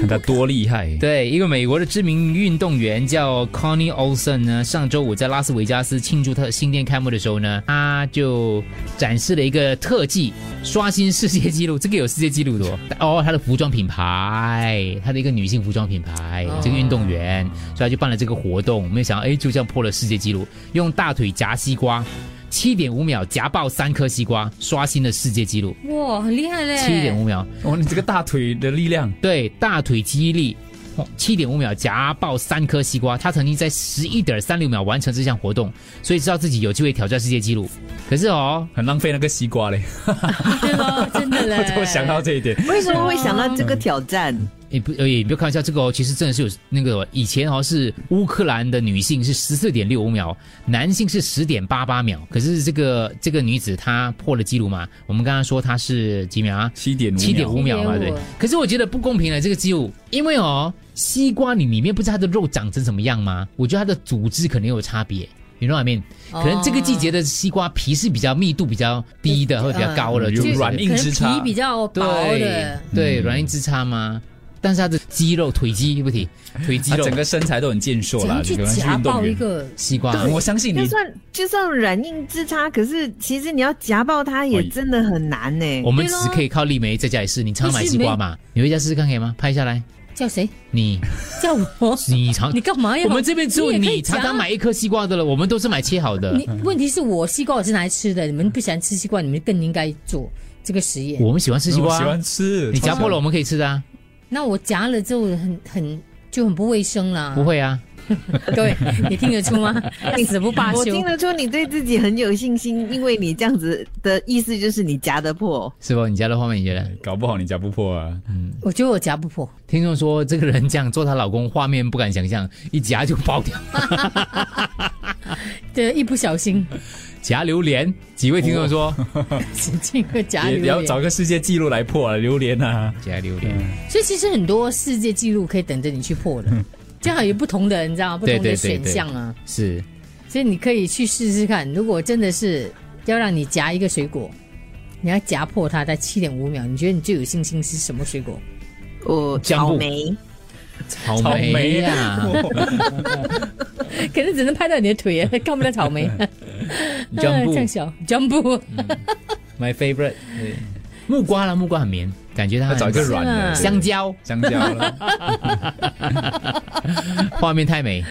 看他多厉害。对，一个美国的知名运动员叫 Connie Olson 呢，上周五在拉斯维加斯庆祝他的新店开幕的时候呢，他就展示了一个特技，刷新世界纪录。这个有世界纪录的哦，哦，他的服装品牌，他的一个女性服装品牌，这个运动员，所以他就办了这个活动。没有想到，哎，就这样破了世界纪录，用大腿夹西瓜。七点五秒夹爆三颗西瓜，刷新了世界纪录。哇，很厉害嘞！七点五秒，哦，你这个大腿的力量，对，大腿肌力，七点五秒夹爆三颗西瓜。他曾经在十一点三六秒完成这项活动，所以知道自己有机会挑战世界纪录。可是哦，很浪费那个西瓜 嘞。对 咯，真的嘞。我怎么想到这一点？为什么会想到这个挑战？也不呃也不要开玩笑，这个哦，其实真的是有那个哦以前哦是乌克兰的女性是十四点六五秒，男性是十点八八秒。可是这个这个女子她破了纪录嘛？我们刚刚说她是几秒啊？七点五，七点五秒嘛， 7.5对。可是我觉得不公平了，这个记录，因为哦，西瓜你里面不知道它的肉长成什么样吗？我觉得它的组织可能有差别。你 know what I mean？可哦能这个季节的西瓜皮是比较密度比较低的，或者比较高的，嗯就有是软硬嗯可能之差皮比较薄对的，对软硬之差吗？但是它的肌肉、腿肌对不对？腿肌他肉整、个身材都很健硕怎啦么，去这个是夹运爆动一员。啊个？西瓜，我相信就你，算就算软硬之差，可是其实你要夹爆它哎也真的很难呢、我们对咯只可以靠丽梅在家里试。你常买不是西瓜嘛？你回家试试看可以吗？拍下来，叫谁？你叫 我？你常你干嘛呀？我们这边只有你也可你以夹常常买一颗西瓜的了，我们都是买切好的。你问题是我西瓜我是拿来吃的，你们不喜欢吃西瓜，你们更应该做这个实验。我们喜欢吃西瓜，啊我喜欢吃。你夹破了我们可以吃的啊，那我夹了之后很很就很不卫生嗯啦。不会啊。各位， 你听得 出吗？死不罢我休听。得出你对自己很有信心，因为你这样子的意思就是你夹得破。是不？你夹到后面你觉得？搞不好你夹不破啊！我觉得我夹不破，听众说这个人这样做，她老公画面不敢想象，一夹就爆掉。 对，一不小心， 夹榴莲，几位听众说哦这个夹也也榴要莲。找个世界纪录来破啊，榴莲 啊！夹榴莲，所以其实很多世界纪录可以等着你去破的，正好有不同的，你知道吗？嗯不对同对的对选对项啊，是所以你可以去试试看。如果真的是要让你夹一个水果，你要夹破它在七点五秒，你觉得你最有信心是什么水果？ 我姜草布莓，草草莓莓啊呀、 可能只能拍到你的腿，啊看不到草 莓。姜啊布 这样小姜布， ，my favorite，对木瓜啦，木瓜很绵，感觉它要很找一个软是的啊香蕉，香蕉了。画面太美。